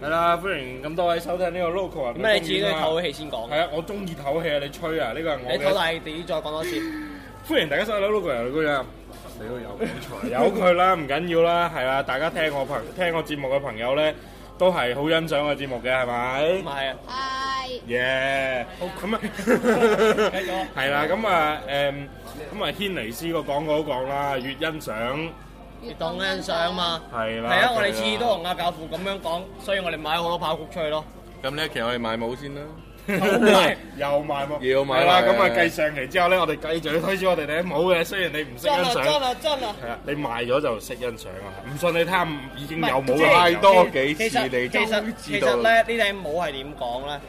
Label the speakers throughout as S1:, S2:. S1: 係啦，歡迎咁多位收聽呢個 local 人。
S2: 咁啊你自己都要唞氣先講。
S1: 啊係啊，我中意唞氣啊！你吹啊，呢個係我
S2: 你唞
S1: 嘅。
S2: 大啲再講多次。
S1: 歡迎大家收睇 local 人嘅觀你都 有講錯，有佢啦，唔緊要啦，係啦，大家聽我朋聽我節目嘅朋友咧，都係好欣賞我節目嘅，係咪
S2: 咁？係啊，
S3: 係
S1: 耶！咁啊，
S2: 繼續
S1: 係啦，咁啊，誒，咁啊，軒尼斯個廣告都講啦，越欣賞
S2: 越當欣賞嘛。
S1: 係啦。
S2: 係啊，我哋次次都同阿教父咁樣講，所以我哋買好多爆谷出去咯。
S4: 咁呢一期我哋賣帽先啦。
S1: 又賣喎，
S4: 要賣
S1: 係啦。
S4: 賣
S1: 咁啊，繼上期之後咧，我哋繼續推銷我哋頂帽嘅。雖然你唔識欣
S2: 真啊
S1: 賞，
S2: 真啊真啊！
S1: 係啊，你賣咗就識欣賞啊。唔信你睇下，已經有帽
S2: 即
S1: 啦。
S2: 係
S4: 太多幾次
S2: 其實
S4: 你
S2: 其
S4: 都
S2: 實
S4: 知
S2: 其
S4: 道
S2: 實咧呢頂帽係點講咧？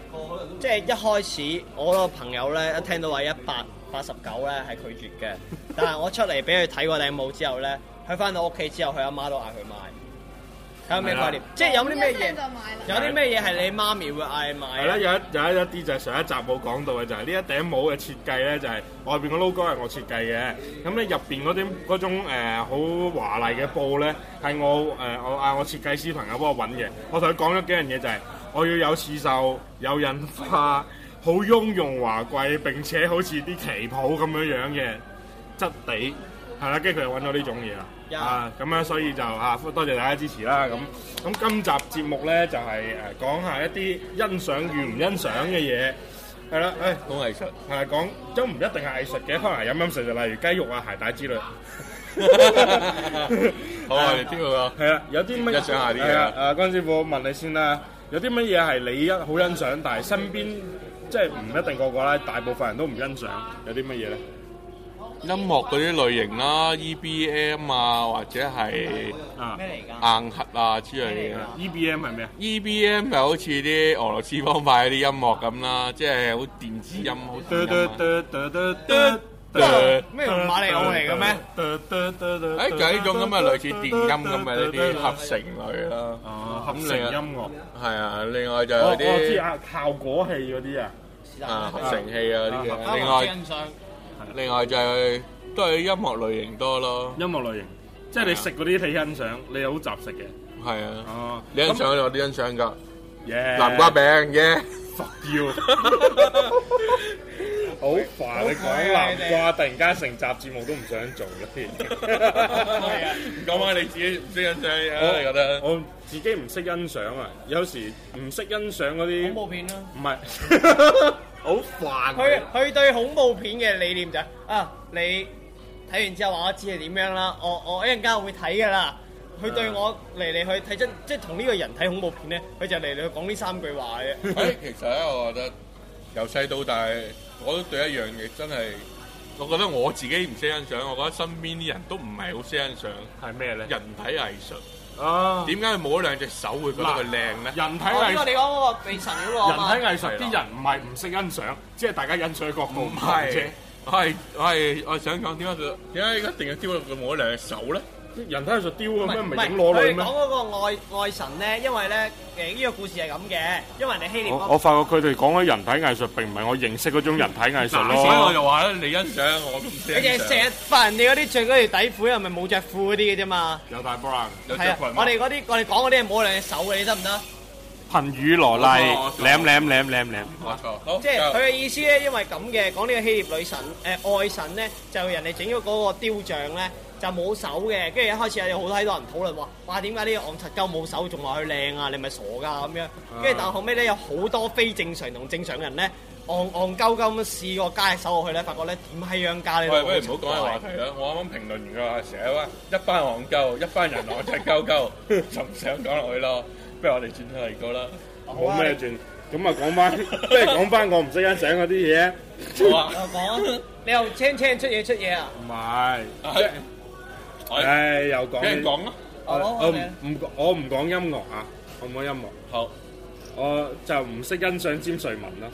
S2: 即係一開始我個朋友咧一聽到話一百八十九咧係拒絕嘅，但係我出嚟俾佢睇過頂帽之後咧，佢翻到屋企之後，佢阿媽都嗌佢買。睇下咩概念？即係有啲咩
S3: 一聲
S2: 嘢
S3: 就？買啦。
S2: 有啲咩嘢係你媽咪會嗌買
S1: 係啦，？有一有一有一啲就係上一集冇講到嘅，就係呢一頂帽嘅設計咧，就係外邊個 logo 係我設計嘅，咁咧入邊嗰啲嗰種誒好華麗嘅布咧，係我誒呃我啊嗌我設計師朋友幫我揾嘅。我同佢講咗幾樣嘢，就係我要有刺繡，有印花，好雍容華貴，並且好似啲旗袍咁樣樣嘅質地，係啦，跟住佢就揾到呢種嘢啦。
S2: 呀
S1: 啊，咁樣所以就啊，多謝大家支持啦。咁咁今集節目咧就係、誒講下一啲欣賞與唔欣賞嘅嘢，係啦，誒
S4: 好藝 術。
S1: 係講都唔一定係藝術嘅，可能係飲飲食食，例如雞肉啊、鞋帶之類。
S4: 好，我哋邊個
S1: 係啦，有啲乜
S4: 欣賞下啲嘢
S1: 係啊？啊，關師傅問你先啦，有啲乜嘢係你一好欣賞，但係身邊即係唔一定個個啦，大部分人都唔欣賞，有啲乜嘢咧？
S4: 音樂嗰啲類型啦，EBM 啊，或者係
S1: 啊
S2: 咩嚟㗎？
S4: 硬核啊之類嘅嘢。
S1: ，EBM 係咩啊？
S4: E EBM 就好似啲俄羅斯方塊嗰啲音樂咁啦，即係好電子音，好電音啊。
S2: 咩唔馬里奧嚟嘅咩？
S4: 誒，就係呢種咁嘅類似電音咁嘅呢啲合成類啦。
S1: 哦，合成音樂。
S4: 係啊，另外就
S1: 我
S4: 有
S1: 我知
S4: 啲
S1: 啊，效果器嗰啲啊，
S2: À,
S4: 啊
S2: Ờ.
S4: 合成器啊
S2: 啱
S4: 啲嘅。另
S2: 啱
S4: 外
S2: 欣賞。
S4: 另外就係都係音樂類型多咯，
S1: 音樂類型，即係你食嗰啲你欣賞，你好雜食嘅。
S4: 係啊。
S1: 哦，
S4: 你欣賞我哋欣賞㗎，
S1: 耶
S4: 南瓜餅耶！
S1: 要，好煩你講南瓜，突然間成集節目都唔想做啦。
S4: 講翻你自己唔識欣賞
S1: 我
S4: 嘢，你覺得？
S1: 我自己唔識欣賞啊，有時唔識欣賞嗰
S2: 恐
S1: 啲，
S2: 怖片啦。
S1: 唔係好煩
S2: 佢
S1: 佢。
S2: 佢對恐怖片嘅理念就係、啊，你睇完之後話我知係點樣啦，我我一陣間會睇㗎啦。佢對我嚟嚟去睇真，即係同呢個人睇恐怖片咧，佢就嚟嚟去講呢三句話嘅。
S4: 誒，其實咧，我覺得由細到大，我都對一樣嘢真係，我覺得我自己唔識欣賞，我覺得身邊啲人都唔係好識欣賞
S1: 係咩咧？
S4: 人體藝術。
S1: 啊，
S4: 點解佢冇咗兩隻手會覺得佢靚咧？
S1: 人體
S2: 我
S1: 藝
S2: 呢個你講嗰個被神嗰個啊
S1: 人
S2: 嘛
S1: 體藝術啲人唔係唔識欣賞，只係大家欣賞嘅角度唔
S4: 唔
S1: 同啫
S4: 係。，我係我係我係想講點解佢點解一定要雕到佢冇咗兩隻手咧？
S1: 人體藝術雕咁
S2: 唔係
S1: 樣，
S2: 唔
S1: 咪
S2: 係
S1: 影裸女
S2: 佢
S1: 咩？
S2: 講嗰個愛愛神咧，因為咧誒呢個故事係咁嘅，因為人哋希臘嗰
S1: 我發覺佢哋講嘅人體藝術並唔係我認識嗰種人體藝術
S4: 嗱，所以我
S1: 咯。
S4: 就話咧，你欣賞我都唔識
S2: 你
S4: 欣
S2: 哋成
S4: 賞。
S2: 日發人哋嗰啲着嗰條底褲，係咪冇着褲嗰啲嘅啫嘛？
S1: 有大波啊！
S4: 有隻
S2: 係啊，
S4: 裙
S2: 我哋嗰啲我哋講嗰啲係冇兩隻手嘅，你得唔得？
S1: 貧乳羅
S4: 麗舐
S1: 舐舐舐舐舐。
S4: 冇錯，好
S2: 即係佢嘅意思咧，因為咁嘅講呢個希臘女神誒、呃、愛神咧，就人哋整咗嗰個雕像咧，就冇手嘅，跟住一開始有好多人討論話，哇點解呢個昂柒鳩冇手，仲話佢靚啊？你咪傻㗎咁樣。跟住但後尾咧，有好多非正常同正常人咧，昂昂鳩鳩咁試過加隻手落去咧，發覺咧點閪樣加呢個
S4: 喂，不如唔好講呢個話題啦。我啱啱評論完佢話成日話一班戇鳩，一 班人戇柒鳩鳩，就唔想講落去咯。不如我哋轉去第二個啦。
S1: 冇咩轉，咁啊講翻，即係講翻我唔識欣賞嗰啲嘢。
S4: 好啊，
S2: 我講啊，你又青青出嘢出嘢啊！
S1: 唔係，
S4: 我
S1: 唉又講
S4: 俾人講啦。
S1: 我唔唔我唔講音樂啊，我唔講音樂，
S4: 好，
S1: 我就唔識欣賞詹瑞文啦。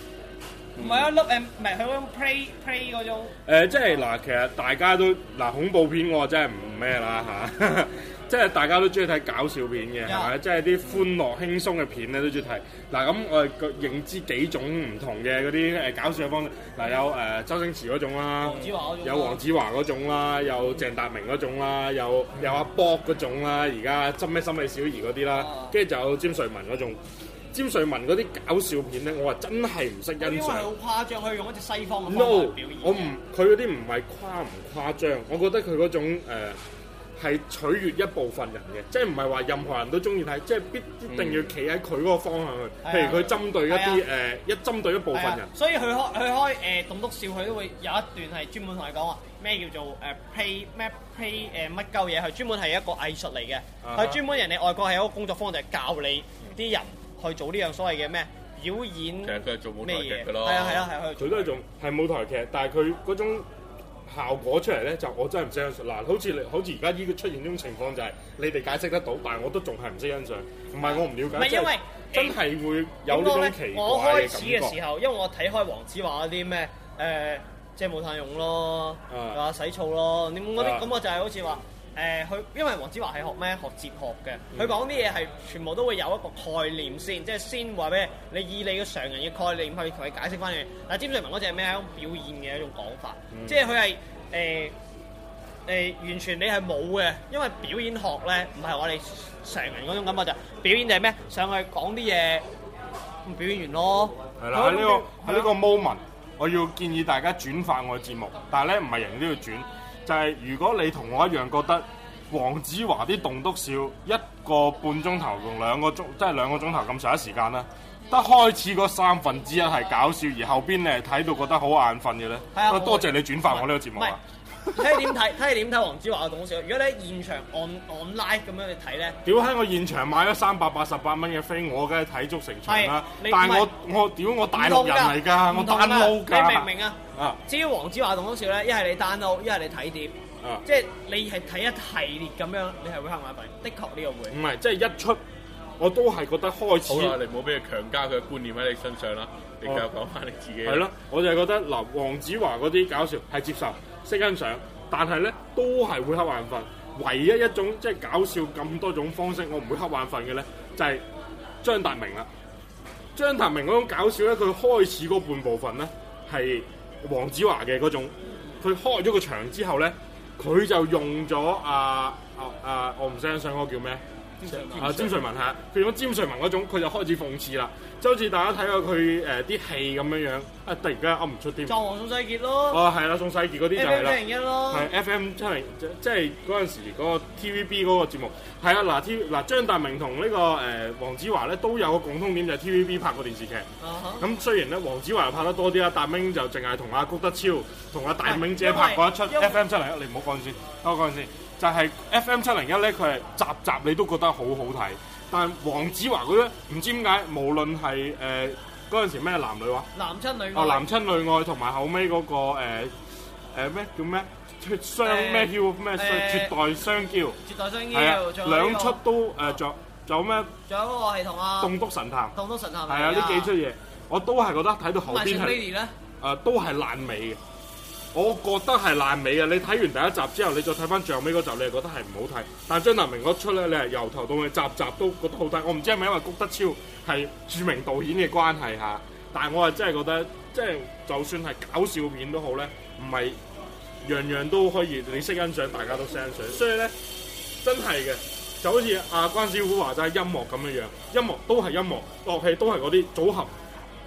S2: 唔係啊，粒誒唔係佢嗰種 play play 嗰種。
S1: 誒、即係嗱，其實大家都嗱恐怖片我真係唔咩啦嚇， 即係大家都中意睇搞笑片嘅，係咪？即係啲歡樂輕鬆嘅片咧都中意睇。嗱咁我哋個認知幾種唔同嘅嗰啲誒搞笑嘅方式，嗱有誒周星馳嗰種啦
S2: 黃子華嗰種，啦
S1: 有黃子華嗰種啦，有鄭達明嗰種啦，有有阿博嗰種啦，而家執咩心理小儀嗰啲啦
S2: 哦，
S1: 跟住就有詹瑞文嗰種。詹瑞文嗰啲搞笑片咧，我係真係唔識
S2: 因為
S1: 欣賞。
S2: 好誇張，佢用一隻西方嘅方
S1: no，
S2: 法表現。
S1: 我唔佢嗰啲唔係誇唔誇張，我覺得佢嗰種呃係、取悅一部分人嘅，即係唔係話任何人都中意睇，即係必必定要企喺佢嗰個方向
S2: 嗯係啊啊
S1: 去。譬如佢針對一啲誒、呃一針對一部分
S2: 係啊
S1: 人，
S2: 所以佢開佢開誒棟篤笑，佢都會有一段係專門同你講話咩叫做誒 play 咩 play 誒乜鳩嘢，佢專門係一個藝術嚟嘅。
S1: 啊
S2: 佢、
S1: 哈
S2: 專門人哋外國係有一個工作坊，就係、教你啲人去做呢樣所謂嘅咩表演
S4: 其實佢係做舞台
S2: 咩
S4: 劇
S2: 嘢，
S4: 嘅咯。
S2: 係啊係啊係啊，
S1: 佢都係種係舞台劇，但係佢嗰種效果出嚟咧，就我真係唔識欣賞。嗱，好似你好似而家依個出現呢種情況就係、你哋解釋得到，但係我都仲係唔識欣賞。唔係我唔
S2: 唔
S1: 了解，
S2: 係
S1: 即係
S2: 因為
S1: 真係會有呢
S2: 點講
S1: 種
S2: 咧
S1: 奇
S2: 我
S1: 怪
S2: 開
S1: 嘅
S2: 始
S1: 感覺
S2: 嘅時。候，因為我睇開黃子華嗰啲咩誒，即係冇太用咯，
S1: 啊
S2: 又話洗澡咯，你嗰
S1: 啊
S2: 啲咁我就係好似話誒，佢因為黃子華係學咩學哲學嘅，
S1: 嗯
S2: 佢講啲嘢係全部都會有一個概念先，即係先話俾你，你以你嘅常人嘅概念去同佢解釋翻嘢。但係詹瑞文嗰隻係咩係一種表現嘅一種講法，
S1: 嗯
S2: 即係佢係呃誒。誒、完全你係冇嘅，因為表演學咧唔係我哋常人嗰種感覺就係表演就係咩上去講啲嘢，咁表演完咯。
S1: 係啦，喺呢、個喺呢個
S2: 係啊
S1: moment，我要建議大家轉發我嘅節目，但係咧唔係人人都要轉，就係、如果你同我一樣覺得黃子華啲棟篤笑一個半鐘頭同兩個鐘，即係兩個鐘頭咁上一時間啦，得開始嗰三分之一係搞笑，而後邊你係睇到覺得好眼瞓嘅咧
S2: 係啊，
S1: 我
S2: 我
S1: 多謝你轉發我呢個節目啊！
S2: 唔係睇你點睇，睇你點睇黃子華嘅董事。如果你喺現場 on on live 咁樣去睇咧，
S1: 屌喺我現場買咗三百八十八蚊嘅飛，我梗係睇足成場啦
S2: 係。你
S1: 但係
S2: 唔係
S1: 我我屌我大陸人嚟㗎，我
S2: 唔同
S1: 單撈㗎。
S2: 你明唔明啊？
S1: 啊
S2: 至於黃子華嘅董事咧，一係你 download，一係你睇碟，
S1: 啊！
S2: 即係你係睇一系列咁樣，你係會黑眼瞓。的確呢個會。
S1: 唔係，即係一出我都係覺得開
S4: 好啦，
S1: 始
S4: 你唔好俾佢強加佢嘅觀念喺你身上啦。你繼續講翻你自己。
S1: 係咯，我就係覺得嗱，黃子華嗰啲搞笑係接受、識欣賞，但係咧都係會黑眼瞓。唯一一種即係搞笑咁多種方式，我唔會黑眼瞓嘅咧，就係、張達明啦。張達明嗰種搞笑咧，佢開始嗰半部分咧係黃子華嘅嗰種，佢開咗個場之後咧，佢就用咗啊啊啊！我唔識欣賞嗰個叫咩？啊，詹瑞文係，佢用詹瑞文嗰種，佢就開始諷刺啦，即係好似大家睇過佢誒啲戲咁樣樣，啊突然間噏唔出添，
S2: 撞黃宋世傑咯
S1: 哦係啦，宋世傑嗰啲就係啦
S2: ，FM 七，零一咯，
S1: 係 FM 七零，即即係嗰陣時嗰個 TVB 嗰個節目，係啊嗱 T 嗱張達明同呢個誒黃子華咧都有個共通點就係 TVB 拍過電視劇，
S2: 啊哈
S1: 咁雖然咧黃子華又拍得多啲啦，達明就淨係同阿谷德超同阿大明姐拍過一出
S2: 因為因為
S1: FM 七零一，你唔好講先，等我講先。就係 FM 七零一咧，佢係集集你都覺得好好睇，但黃子華嗰啲唔知點解，無論係誒嗰陣時咩男女話，
S2: 男親女愛
S1: 哦男親女愛同埋後尾嗰、個誒誒咩叫咩脱雙
S2: 誒
S1: 咩叫咩
S2: 誒
S1: 脱代雙驕，
S2: 絕代雙驕，
S1: 係啊
S2: 仲有呢個啊
S1: 兩出都誒仲有仲有咩
S2: 仲有嗰個係同阿
S1: 棟篤神探，
S2: 棟篤神探
S1: 係啊呢幾出嘢我都係覺得睇到後邊
S2: Magic
S1: 係。
S2: Lady
S1: 誒、
S2: 咧，
S1: 啊都係爛尾嘅。我覺得係爛尾嘅。你睇完第一集之後，你再睇翻最後尾嗰集，你係覺得係唔好睇。但係張達明嗰出咧，你係由頭到尾集集都覺得好睇。我唔知係咪因為谷德超係著名導演嘅關係嚇，但係我係真係覺得，即係就算係搞笑片都好咧，唔係樣樣都可以你識欣賞，大家都識欣賞。所以咧，真係嘅。就好似阿關師傅話齋音樂咁樣樣，音樂都係音樂，樂器都係嗰啲組合，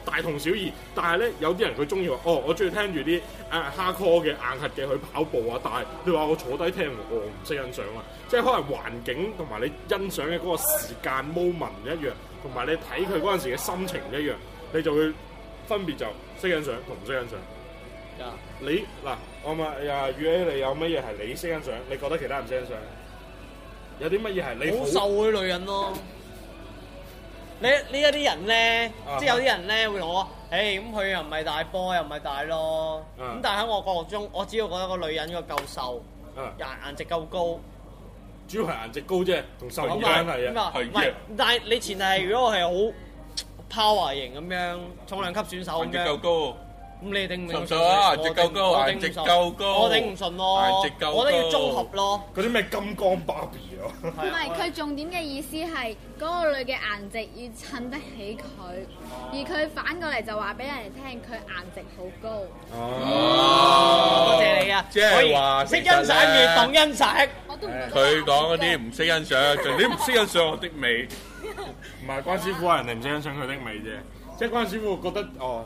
S1: 大同小異。但係咧，有啲人佢中意話，哦，我中意聽住啲誒 hardcore 嘅硬核嘅去跑步啊。但係你話我坐低聽，我唔識欣賞啊。即係可能環境同埋你欣賞嘅嗰個時間 moment 唔一樣，同埋你睇佢嗰陣時嘅心情唔一樣，你就會分別就識欣賞同唔識欣賞。你嗱，我問啊，宇 A，你有乜嘢係你識欣賞？你覺得其他人唔識欣賞？有啲乜嘢係你
S2: 好瘦嗰啲女人咯。你呢一啲人咧
S1: 啊，
S2: 即係有啲人咧會攞，誒咁佢又唔係大波，又唔係大咯。
S1: 啊
S2: 咁但係喺我角度中，我只要覺得個女人個夠瘦，
S1: 啊？
S2: 顏顏值夠高，
S1: 主要係顏值高啫，同瘦冇
S2: 咁
S1: 關
S2: 啊
S1: 係
S2: 咁
S1: 啊。
S2: 啊，
S4: 係
S2: 唔係
S4: 嘅，
S2: 但係你前提係如果我係好 power 型咁樣，重量級選手
S4: 顏
S2: 咁
S4: 值夠
S2: 樣，
S4: 高，
S2: 咁你頂唔
S4: 信
S2: 頂
S4: 唔信啊？
S2: 我
S4: 直
S2: 頂
S4: 夠高，
S2: 我
S4: 顏
S2: 頂唔
S4: 值
S2: 順
S4: 夠高，
S2: 我頂唔順咯，
S4: 顏值夠高
S2: 我覺得要綜合咯。
S1: 嗰啲咩金剛芭比啊，
S2: 唔
S3: 唔係佢重點嘅意思係嗰、個女嘅顏值要襯得起佢，而佢反過嚟就話俾人哋聽佢顏值好高。
S2: 多
S4: 哦
S2: 謝你啊！
S4: 即係話
S2: 所以識
S4: 其實
S2: 欣賞越
S4: 呢
S2: 懂欣賞，
S3: 我都唔覺得
S4: 佢講嗰
S3: 顏值
S4: 啲
S3: 高
S4: 唔識欣賞，就你唔識欣賞我的美。
S1: 唔係關師傅話人哋唔想欣賞佢的美啫，即係關師傅覺得哦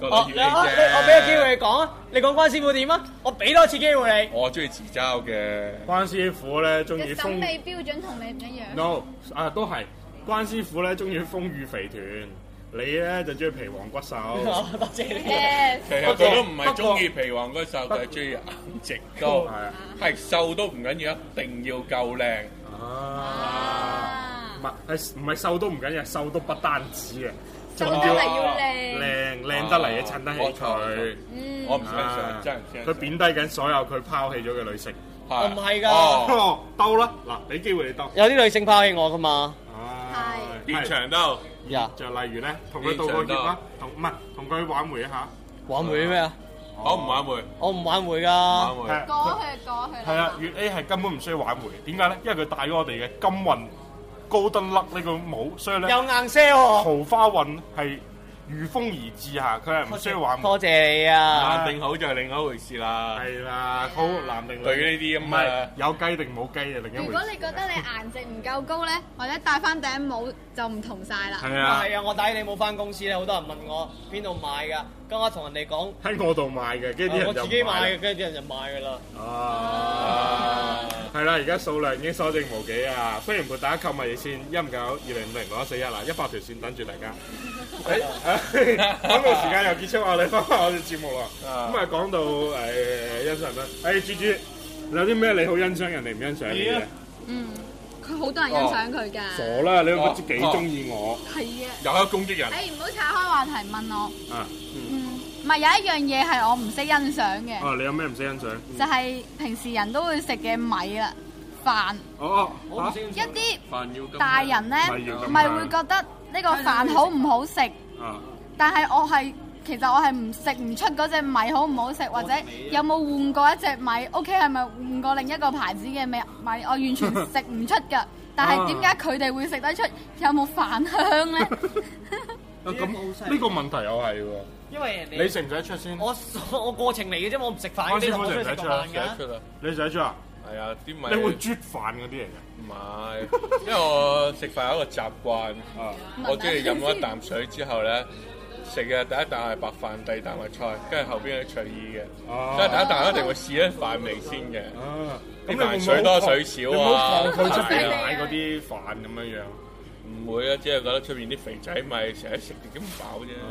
S1: 哦，
S4: 覺
S2: 哦
S4: 得
S2: 你
S4: 要
S2: 啊你我俾個機會你講啊！你講關師傅點啊？我俾多次機會你。
S4: 我中意自嘲嘅。
S1: 關師傅咧中意
S3: 嘅審
S1: 風
S3: 美標準同你唔一樣。
S1: no 啊都係關師傅咧中意風雨肥團，你咧就中意皮黃骨瘦。
S2: 好多謝你。
S3: Yes，
S4: 其實佢都唔係中意皮黃嗰瘦，佢係中意顏值高
S1: 係。
S4: 係瘦都唔緊要，一定要夠靚。
S1: 啊，唔係係唔係瘦都唔緊要，瘦都不單止啊，
S3: 瘦
S1: 仲
S3: 得
S1: 要
S3: 嚟要靚。
S1: 靚靚得嚟嘅襯得起
S4: 啊
S1: 佢。
S3: 嗯
S4: 我唔想
S1: 啊
S4: 上，真係唔想。
S1: 佢貶低緊所有佢拋棄咗嘅女性。
S4: 係
S2: 唔係 㗎
S4: 哦
S1: 哦，兜啦，嗱，俾機會你兜。啊
S2: 有啲女性拋棄我噶嘛？
S1: 唉
S4: 現場都
S2: 呀，
S1: 就例如咧，同佢道個歉啦，同唔係同佢挽回一下。
S2: 挽回咩啊？
S4: 好
S1: Ờ.
S4: 唔挽回，唔
S2: 我唔挽回
S4: 挽
S2: 噶。
S4: 回。
S1: 係
S3: 過去過去啦。
S1: 係啊，粵 A 係根本唔需要挽回，點解咧？因為佢戴咗我哋嘅金運高登甩呢個帽，所以咧
S2: 又硬 sell
S1: 桃花運係如風而至下，佢係唔
S2: 我。
S1: 需要挽回。
S2: 多謝你啊！
S4: 眼定好就係另一回事啦。
S1: 係啦，好男定女
S4: 對呢啲咁
S1: 唔
S4: 嘅
S1: 係有雞定冇雞啊，另一回事。
S3: 如果你覺得你顏值唔夠高咧，或者戴翻頂帽就唔同晒啦。
S1: 係啊，
S2: 係啊，我睇你冇翻公司咧，好多人問我邊度買㗎。剛啱同人哋講，
S1: 喺我度買嘅，跟住啲
S2: 啊我
S1: 人就
S2: 自
S1: 唔
S2: 己買
S1: 買啦
S2: 嘅，跟住啲人就買㗎啦。
S1: Ờ.
S4: Ờ.
S1: 啊，係啦，而家數量已經所剩無幾啊！歡迎撥打購物熱線一五九二零五零六一四一啦，一百條線等住大家。誒，廣告時間又結束啊！你翻返我哋節目啦。
S4: 啊
S1: 咁啊，講到誒欣賞啦，誒豬豬有啲咩你好欣賞人哋唔欣賞你嘅？
S3: 嗯，佢好多人欣賞佢㗎。
S1: 傻啦，你都不知幾中意我
S3: 係啊。
S4: 又一攻擊人，
S3: 你唔好岔開話題問我，
S1: 啊！
S3: 嗯，唔係有一樣嘢係我唔識欣賞嘅，
S1: 哦，你有咩唔識欣賞？
S3: 就係平時人都會食嘅米啦、飯，
S1: 哦，
S2: 我唔
S1: 嚇
S2: 識欣
S3: 一
S2: 賞
S3: 啲
S4: 飯要咁
S3: 大人咧
S1: 米要咁大
S3: 咪會覺得呢個飯好唔好食，
S1: 啊！
S3: 但係我係其實我係唔食唔出嗰只米好唔好食，或者有冇換過一隻米，OK 係咪換過另一個牌子嘅米米，我完全食唔出 㗎。但係點解佢哋會食得出？有冇飯香 咧？
S1: 啊咁呢個問題又係喎，
S2: 因為人
S1: 你
S2: 哋
S1: 食唔食得出先？
S2: 我我過程嚟嘅啫，我唔食飯
S1: 關師
S2: 嘅，
S1: 傅
S2: 我中
S1: 食唔
S2: 意食個
S1: 使唱
S2: 飯㗎。
S4: 出啦。
S1: 你食得出啊？
S4: 係啊，啲米
S1: 你會啜飯嗰啲嚟嘅。
S4: 唔係，因為我食飯有一個習慣，
S1: 啊
S4: 我中意飲咗一啖水之後咧，食嘅第一啖係白飯，第二啖係菜，跟住後邊係隨意嘅。
S1: 哦
S4: 所以第一啖一定會試一飯味先嘅。
S1: 啊！
S4: 啲飯水多水少啊
S1: 你唔好抗拒出
S3: 係
S1: 邊
S3: 啊
S1: 買嗰啲飯咁樣樣。
S4: 唔會啊，只係覺得出面啲肥仔咪成日食啲咁飽啫。
S1: 啊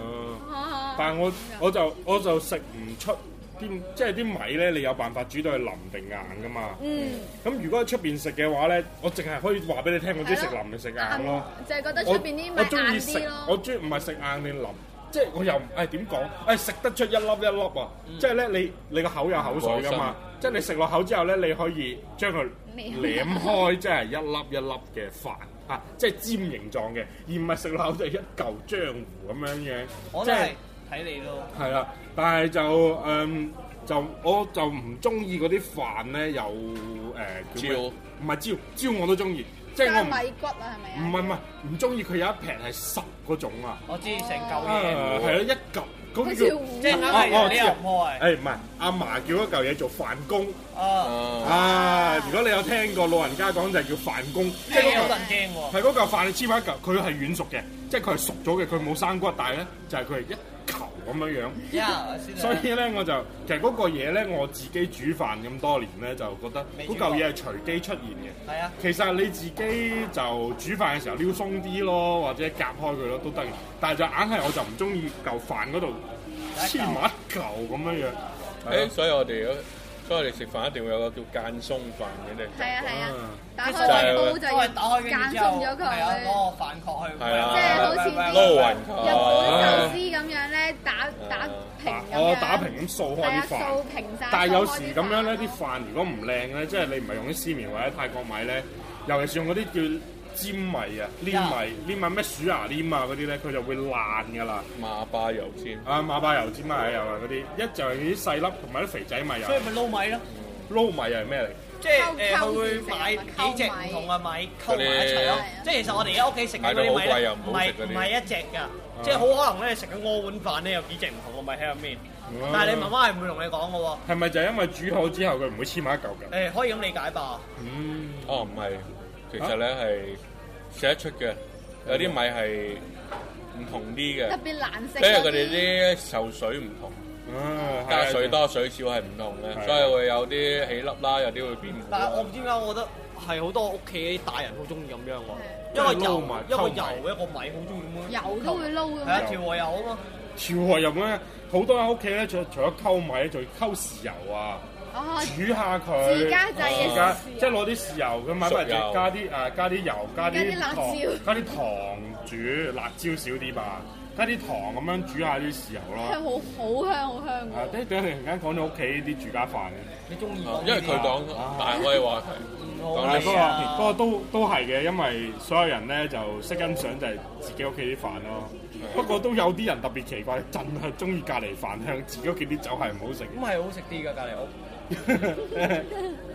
S3: 哦
S1: 但係我我就我就食唔出啲，即係啲米咧，你有辦法煮到係腍定硬噶嘛？
S3: 嗯，
S1: 咁如果喺出邊食嘅話咧，我淨係可以話俾你聽，我中意食腍定食硬咯。
S3: 就係啊覺得出
S1: 我
S3: 邊啲
S1: 我中
S3: 米
S1: 意
S3: 硬
S1: 食
S3: 啲咯，。
S1: 我中意唔係食硬定腍，即係我又唔誒點講？誒食得出一粒一粒啊！
S2: 嗯
S1: 即係咧，你你個口有口水噶嘛？即係你食落口之後咧，你可以將佢
S3: 舐
S1: 舐開，即係一粒一粒嘅飯嚇，即係尖形狀嘅，而唔係食落口就係一嚿漿糊咁樣樣，
S2: 我
S1: 即係
S2: 都係睇你咯。
S1: 係啦。但係就誒就我就唔中意嗰啲飯咧，有誒叫咩
S4: 椒
S1: 唔係椒椒我都中意，即係我
S3: 加
S1: 唔。
S3: 米骨啊，
S1: 唔
S3: 係咪
S1: 係
S3: 啊？
S1: 唔係，唔中意佢有一劈係十嗰種啊，
S2: 我知成嚿
S1: 啊
S2: 嘢，
S1: 係啊一嚿
S3: 好
S1: 咁
S3: 似
S1: 叫
S3: 糊，
S2: 即係啱
S1: 哦
S2: 係
S1: 哦
S2: 你又唔啊開。
S1: 誒唔係阿嫲叫一嚿嘢做飯公
S2: 啊，
S4: 啊，
S1: 啊！如果你有聽過老人家講就係叫飯公，即
S2: 呢
S1: 係嗰
S2: 嘢好
S1: 嚿
S2: 多人驚喎。
S1: 係嗰嚿飯你黐埋一嚿，佢係軟熟嘅，即係佢係熟咗嘅，佢冇生骨，但係咧就係佢係一球咁樣樣。
S2: 呀，先啊
S1: 所以咧，我就其實嗰個嘢咧，我自己煮飯咁多年咧，就覺得
S2: 未
S1: 嗰
S2: 煮過
S1: 嚿嘢係隨機出現嘅。
S2: 係啊，
S1: 其實你自己就煮飯嘅時候撩鬆啲咯，或者夾開佢咯都得嘅。但係就硬係我就唔中意嚿飯嗰度黐埋一嚿咁樣樣。啊
S4: 誒，所以我哋如果所以我哋食飯一定會有個叫間鬆飯嘅咧。
S3: 係啊係啊，
S1: 嗯
S3: 打開
S2: 其實
S3: 個煲就
S4: 就
S2: 都係打開跟
S3: 間
S2: 住之後
S3: 鬆咗
S2: 係啊，
S3: 佢。
S2: 攞個飯殼去，
S4: 係啊
S3: 即係好似啲
S4: 撈勻啊
S3: 日
S2: 哦
S3: 本壽
S4: 佢。
S3: 司咁樣咧，打打平
S1: 嗯打
S3: 咁樣，
S1: 我哦打平咁掃
S3: 係
S1: 開
S3: 啊
S1: 啲，飯
S3: 掃。平晒。
S1: 但係
S3: 係
S1: 有時咁樣咧，啲飯如果唔靚咧，即係你唔係用啲絲綿或者泰國米咧，尤其是用嗰啲叫黏米啊、黏米、黏米咩鼠牙黏啊嗰啲咧，佢就會爛㗎啦。
S4: 馬巴油尖，
S1: 啊，馬巴油尖米啊嗰啲，一就係啲細粒同埋啲肥仔米啊
S2: 所以。咪撈米咯，
S1: 撈米又係咩嚟？
S2: 即係誒
S3: 溝
S2: 佢會
S3: 溝
S2: 買
S3: 住食
S2: 幾隻唔同嘅米溝埋一齊咯
S4: 嗰
S3: 啲。
S2: 即係其實我哋而家屋企食緊嗰啲米
S4: 買到好貴
S2: 咧
S4: 又唔，
S2: 唔
S4: 好
S2: 係
S4: 食嗰啲
S2: 唔係一隻㗎，即係好可能咧食緊屙碗飯咧有幾隻唔同嘅米喺入面，但係你媽媽係唔會同你講嘅喎。
S1: 係咪就係因為煮好之後佢唔會黐埋一嚿㗎？
S2: 誒可以咁理解吧？
S1: 嗯，
S4: 哦唔係，其實咧係食得出嘅，有啲米係唔同啲
S3: 特
S4: 嘅，
S3: 別難食
S4: 因為
S3: 嗰
S4: 佢
S3: 啲。
S4: 哋啲受水唔同，
S1: 啊，
S4: 嗯加
S1: 係啊
S4: 水多水少係唔同
S1: 係啊
S4: 嘅，所以會有啲起粒啦，有啲會變糊
S2: 但係我
S4: 啦
S2: 唔。知點解，我覺得係好多屋企啲大人好中意咁樣喎，一個
S1: 即係撈
S2: 油
S1: 埋
S2: 一個
S1: 溝埋
S2: 油一個米好中意咁樣，
S3: 油都會撈㗎
S2: 係啊
S3: 嘛，
S2: 調和油啊嘛，
S1: 跳河入咧，好多喺屋企咧，除除咗溝米，仲要溝豉油啊，
S3: 哦，
S1: 煮下佢。
S3: 自家製
S4: 嘅
S1: 自家
S3: 豉油
S1: 即係攞啲豉油咁買
S4: 熟
S1: 翻嚟，
S4: 油
S1: 加啲誒加啲油，加
S3: 加啲
S1: 啲
S3: 辣
S1: 糖
S3: 椒，
S1: 加啲糖煮，辣椒少啲吧，加啲糖咁樣煮下啲豉油
S3: 香
S1: 咯。
S3: 好好香好香
S1: 啊！
S3: 㗎，
S1: 即係突然間講咗屋企啲住家飯嘅。
S2: 你中意
S4: 啊
S2: 講
S4: 因為佢講
S1: 啊
S4: 大開話題，
S2: 唔好
S4: 講
S1: 但係
S4: 你
S1: 不
S2: 係
S1: 過
S2: 啊
S1: 不過都都係嘅，因為所有人咧就識欣賞就係自己屋企啲飯咯。不過都有啲人特別奇怪，真係中意隔離飯香，自己屋企啲酒係唔好食
S2: 咁係好食啲㗎隔離屋。
S1: 嘅。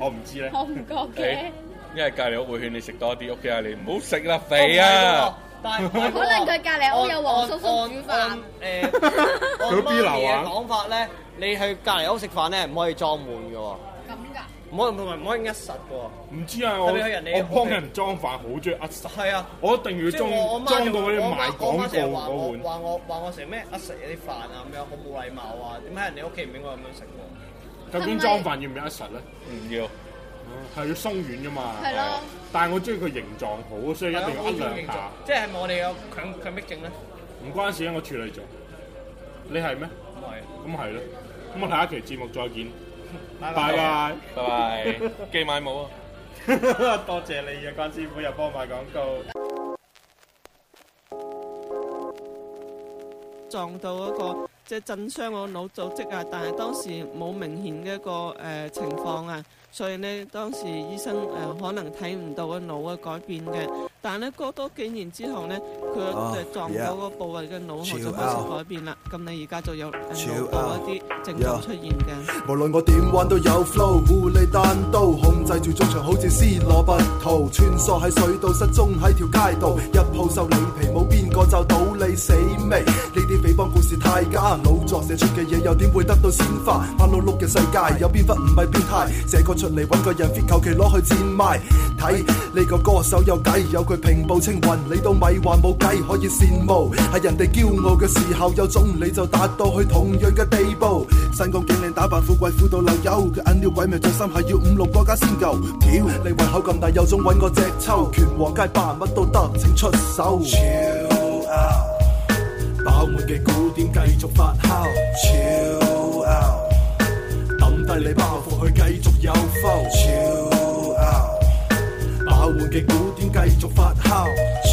S1: 我唔知咧。
S3: 我唔覺嘅
S4: 誒。因為隔離屋會勸你食多啲，屋企嗌你唔好食啦，
S2: 我唔係嗰個
S4: 肥啊！！
S2: 但係
S3: 可能佢隔離屋有黃叔叔煮飯
S2: 按誒，
S1: 佢
S2: 按
S1: 都
S2: 媽
S1: 邊流
S2: 咪嘅
S1: 啊
S2: 講法咧，你去隔離屋食飯咧，唔可以裝滿嘅喎，
S3: 咁㗎，
S2: 唔可以同埋唔可以呃實嘅
S1: 唔知啊，我
S2: 特別係人哋
S1: 我幫人裝飯好中意呃實
S2: 喎。，係啊，
S1: 我一定要
S2: 即係
S1: 裝
S2: 我我媽
S1: 裝到
S2: 就
S1: 嗰啲賣
S2: 我媽我媽成日
S1: 廣
S2: 話
S1: 告
S2: 我
S1: 嗰碗。
S2: 話我話我成日咩呃食啲飯啊咁樣，好冇禮貌啊！點解人哋屋企唔應該咁樣食喎？
S1: 究竟裝飯要唔要呃實咧？
S4: 唔要，
S2: 嗯
S1: 係要鬆軟噶嘛。
S3: 係咯，
S1: 但係我中意佢形狀好，所以一定要呃兩
S2: 係
S1: 下
S2: 啊。即係係咪我哋有強強迫症咧？
S1: 唔關事啊，我處女座。你係咩？
S2: 唔係，
S1: 咁係咯。咁我下一期節目再見，
S2: 拜
S1: 拜拜。
S4: 拜 拜，寄買冇啊！
S1: 多謝你啊，關師傅又幫我賣廣告。
S5: 撞到嗰、個即係震傷我腦組織啊，但係當時冇明顯嘅一個誒、呃情況啊，所以呢，當時醫生誒、呃可能睇唔到個腦嘅改變嘅，但係呢，過多幾年之後呢，佢
S6: 哦
S5: 就撞到個部位嘅腦海就
S6: Chill
S5: 開始
S6: out
S5: 改變啦，咁你而家就有呃
S6: Chill
S5: 腦部一啲症狀
S6: out
S5: 出現嘅。
S6: 無論我點玩都有 flow，護你單刀，控制住中場好似 C 羅拔圖，穿梭喺水道，失蹤喺條街度，入鋪受你皮，冇邊個就到你死未？呢啲匪幫故事太假，老作寫出嘅嘢又點會得到鮮花？扮老碌嘅世界有邊忽唔係變態？寫個出嚟揾個人 fit，求其攞去賤賣，睇你個歌手有計，有佢平步青雲，你都咪話冇計可以羨慕，係人哋驕傲嘅時候有種你就達到去同樣嘅地步，身光頸靚打扮富貴富到漏油，佢銀料鬼命着衫係要五六個家先夠，屌你胃口咁大有種揾個隻抽，拳王街霸乜都得，請出手。Chill out，飽滿嘅古典繼續發酵。Chill out，抌低你包袱去繼續有 flow。Chill out。爆滿嘅古典繼續發酵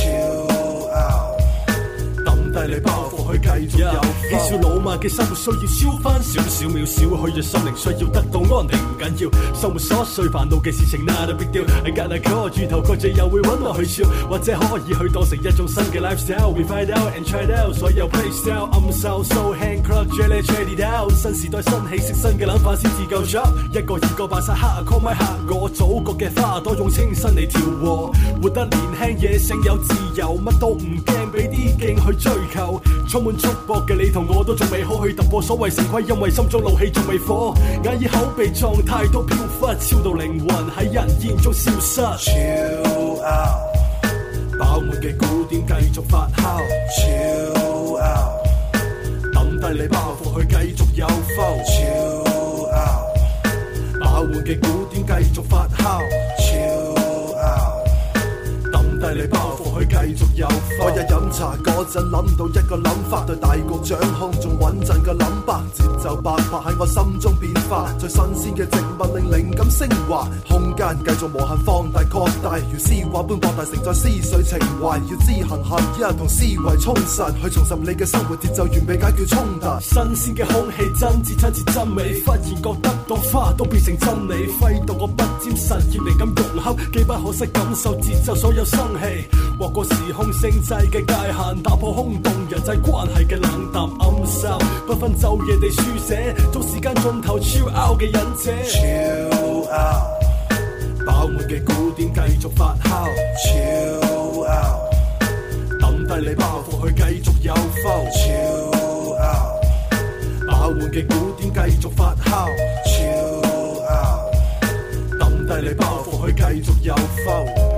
S6: ，chill out，抌低你包袱去繼續有
S7: Yeah，嬉笑
S6: flow
S7: 老馬嘅生活需要消翻少少秒少，虛弱心靈需要得到安定唔緊要，生活瑣碎煩惱嘅事情 not a big deal。I got a call，轉頭個嘴又會揾我去笑，或者可以去當成一種新嘅 lifestyle。We find out and try it out，所有 playstyle 暗哨 so hand club jelly jelly down。新時代新氣息新嘅諗法先至夠 sharp，一個二個扮晒黑 call my 客，我祖國嘅花朵用清新嚟調和，活得年輕野性有自由，乜都唔驚俾啲勁去追求，充滿束縛嘅你同我都仲未可去突破所謂成規，因為心中怒氣仲未火，眼耳口鼻狀態都飄忽，超到靈魂喺人煙中消失。
S6: ，chill out，爆滿嘅古典繼續發酵，chill out，抌低你包袱去繼續有 flow，chill out，爆滿嘅古典繼續發酵，chill out。抌低你包袱去繼續有。我日飲茶，個嗰陣諗到一個諗法，對大局掌控仲穩陣嘅諗法，節奏百拍喺我心中變化，最新鮮嘅植物令靈感升華，空間繼續無限放大擴大，如詩畫般博大，承載思緒情懷，要知行合一同思維充實，去重拾你嘅生活節奏，完美解決衝突。
S7: 新鮮嘅空氣，真摯親切真美。忽然覺得當花都變成真理，揮動我筆尖實驗靈感融合，幾不可惜感受節奏所有生氣，劃過時空星際嘅界限，打破空洞人際關係嘅冷淡暗哨，不分晝夜地書寫，將時間盡頭超 out 嘅忍者，
S6: Chill out，
S7: 飽滿嘅古典繼續發酵，
S6: chill out，
S7: 抌低你包袱去繼續有 flow，
S6: chill out，
S7: 飽滿嘅古典繼續發酵，
S6: chill out，
S7: 抌低你包袱去繼續有 flow。